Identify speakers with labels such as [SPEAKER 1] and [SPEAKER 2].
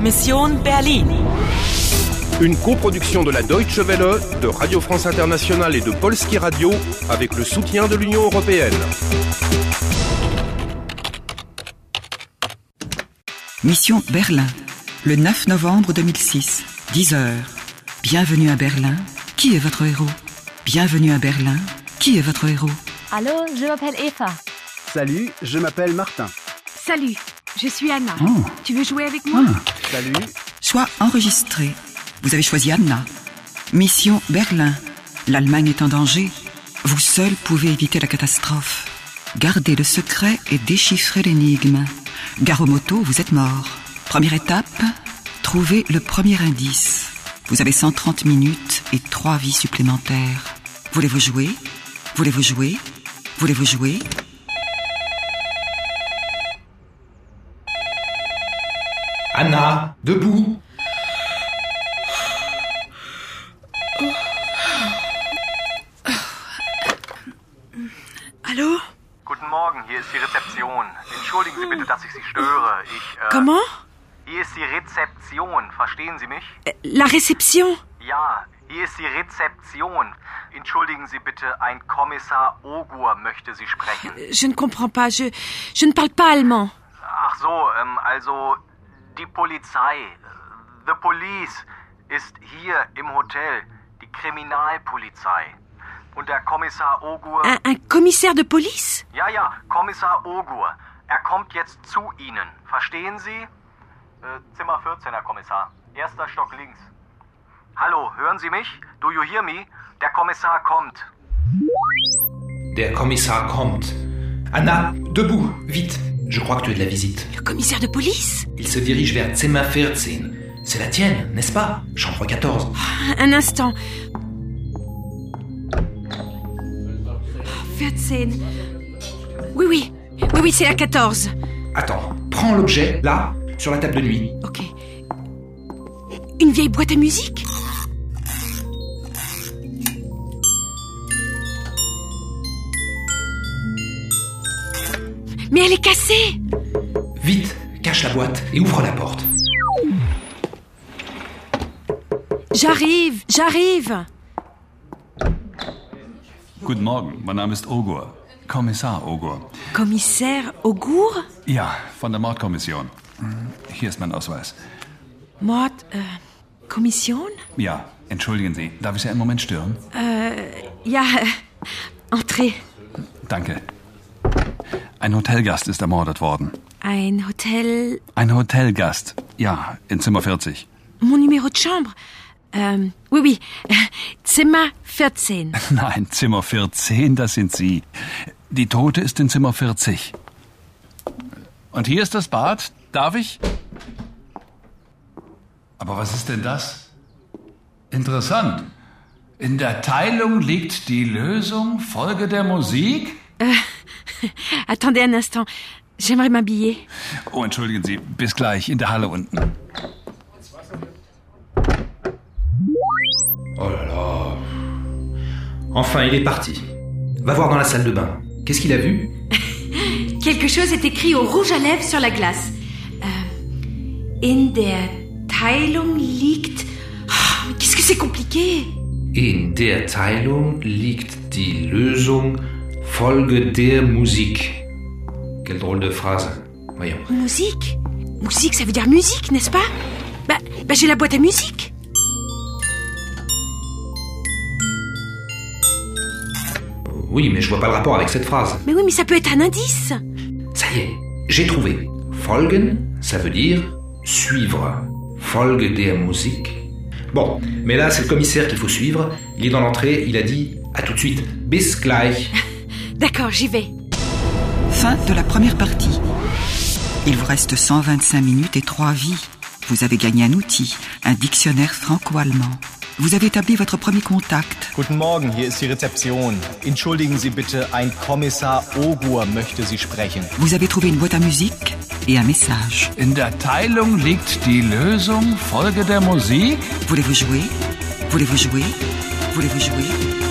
[SPEAKER 1] Mission Berlin.
[SPEAKER 2] Une coproduction de la Deutsche Welle, de Radio France Internationale et de Polski Radio avec le soutien de l'Union européenne.
[SPEAKER 3] Mission Berlin, le 9 novembre 2006, 10 heures. Bienvenue à Berlin. Qui est votre héros Bienvenue à Berlin. Qui est votre héros
[SPEAKER 4] Allô, je m'appelle Eva.
[SPEAKER 5] Salut, je m'appelle Martin.
[SPEAKER 6] Salut, je suis Anna.
[SPEAKER 3] Oh.
[SPEAKER 6] Tu veux jouer avec
[SPEAKER 5] Ah.
[SPEAKER 6] moi
[SPEAKER 5] Salut,
[SPEAKER 3] Soit enregistré. Vous avez choisi Anna. Mission Berlin. L'Allemagne est en danger. Vous seul pouvez éviter la catastrophe. Gardez le secret et déchiffrez l'énigme. Garomoto, vous êtes mort. Première étape, trouvez le premier indice. Vous avez 130 minutes et 3 vies supplémentaires. Voulez-vous jouer Voulez-vous jouer Voulez-vous jouer
[SPEAKER 7] Anna, debout
[SPEAKER 6] Allô
[SPEAKER 8] Guten Morgen, hier ist die Rezeption. Entschuldigen Sie bitte, dass ich Sie störe. Ich, äh,
[SPEAKER 6] Comment
[SPEAKER 8] Hier ist die Rezeption, verstehen Sie mich?
[SPEAKER 6] Euh, La réception
[SPEAKER 8] Ja, hier ist die Rezeption. Entschuldigen Sie bitte, ein Kommissar Ogur möchte Sie sprechen.
[SPEAKER 6] Je ne comprends pas, je, je ne parle pas allemand.
[SPEAKER 8] Ach so, ähm, also die Polizei, äh, the police, ist hier im Hotel, die Kriminalpolizei. Und der Kommissar Ogur...
[SPEAKER 6] Un, un commissaire de police
[SPEAKER 8] Ja, ja, Kommissar Ogur. Er kommt jetzt zu Ihnen. Verstehen Sie? Äh, Zimmer 14, Herr Kommissar. Erster Stock links. Hallo, hören Sie mich? Do you hear me? Der Kommissar kommt.
[SPEAKER 7] Der Kommissar kommt. Anna, debout, vite. Je crois que tu es de la visite.
[SPEAKER 6] Le commissaire de police
[SPEAKER 7] Il se dirige vers Zema 14. C'est la tienne, n'est-ce pas Chambre 14.
[SPEAKER 6] Un, un instant. Oh, 14. Oui, oui. Oui, oui, c'est la 14.
[SPEAKER 7] Attends, prends l'objet, là, sur la table de nuit.
[SPEAKER 6] Ok. Une vieille boîte à musique Mais elle est cassée
[SPEAKER 7] Vite, cache la boîte et ouvre la porte.
[SPEAKER 6] J'arrive, j'arrive
[SPEAKER 9] Guten Morgen, mein Name ist Ogur. Kommissar Ogur.
[SPEAKER 6] Commissaire Augur
[SPEAKER 9] Ja, von der Mordkommission. Hm, Hier ist mein Ausweis.
[SPEAKER 6] Mord... Euh, commission
[SPEAKER 9] Ja, entschuldigen Sie, darf ich Sie einen Moment stören?
[SPEAKER 6] Ja, euh, entrée.
[SPEAKER 9] Danke. Ein Hotelgast ist ermordet worden.
[SPEAKER 6] Ein Hotel...
[SPEAKER 9] Ein Hotelgast. Ja, in Zimmer 40.
[SPEAKER 6] Mon numéro de chambre Euh, Oui, oui. Zimmer 14.
[SPEAKER 9] Nein, Zimmer 14, das sind Sie. Die Tote ist in Zimmer 40. Und hier ist das Bad. Darf ich? Aber was ist denn das? Interessant. In der Teilung liegt die Lösung. Folge der Musik.
[SPEAKER 6] Attendez un instant. J'aimerais m'habiller.
[SPEAKER 9] Oh, entschuldigen Sie. Bis gleich in der Halle unten.
[SPEAKER 7] Oh là là. Enfin, il est parti. Va voir dans la salle de bain. Qu'est-ce qu'il a vu
[SPEAKER 10] Quelque chose est écrit au rouge à lèvres sur la glace. Euh, in der Teilung liegt.
[SPEAKER 6] Ah,
[SPEAKER 10] Oh, mais Qu'est-ce que c'est compliqué
[SPEAKER 7] In der Teilung liegt die Lösung. Folge der Musik. Quelle drôle de phrase. Voyons.
[SPEAKER 6] Musique Musique, ça veut dire musique, n'est-ce pas Bah, bah j'ai la boîte à musique.
[SPEAKER 7] Oui, mais je vois pas le rapport avec cette phrase.
[SPEAKER 6] Mais oui, mais ça peut être un indice.
[SPEAKER 7] Ça y est, j'ai trouvé. Folgen, ça veut dire suivre. Folge der Musik. Bon, mais là, c'est le commissaire qu'il faut suivre. Il est dans l'entrée, il a dit à tout de suite. Bis gleich.
[SPEAKER 6] D'accord, j'y vais.
[SPEAKER 3] Fin de la première partie. Il vous reste 125 minutes et 3 vies. Vous avez gagné un outil, un dictionnaire franco-allemand. Vous avez établi votre premier contact.
[SPEAKER 11] Guten Morgen, hier ist die Rezeption. Entschuldigen Sie bitte, ein Kommissar Ogur möchte Sie sprechen.
[SPEAKER 3] Vous avez trouvé une boîte à musique et un message.
[SPEAKER 9] In der Teilung liegt die Lösung. Folge der Musik.
[SPEAKER 3] Voulez-vous jouer Voulez-vous jouer Voulez-vous jouer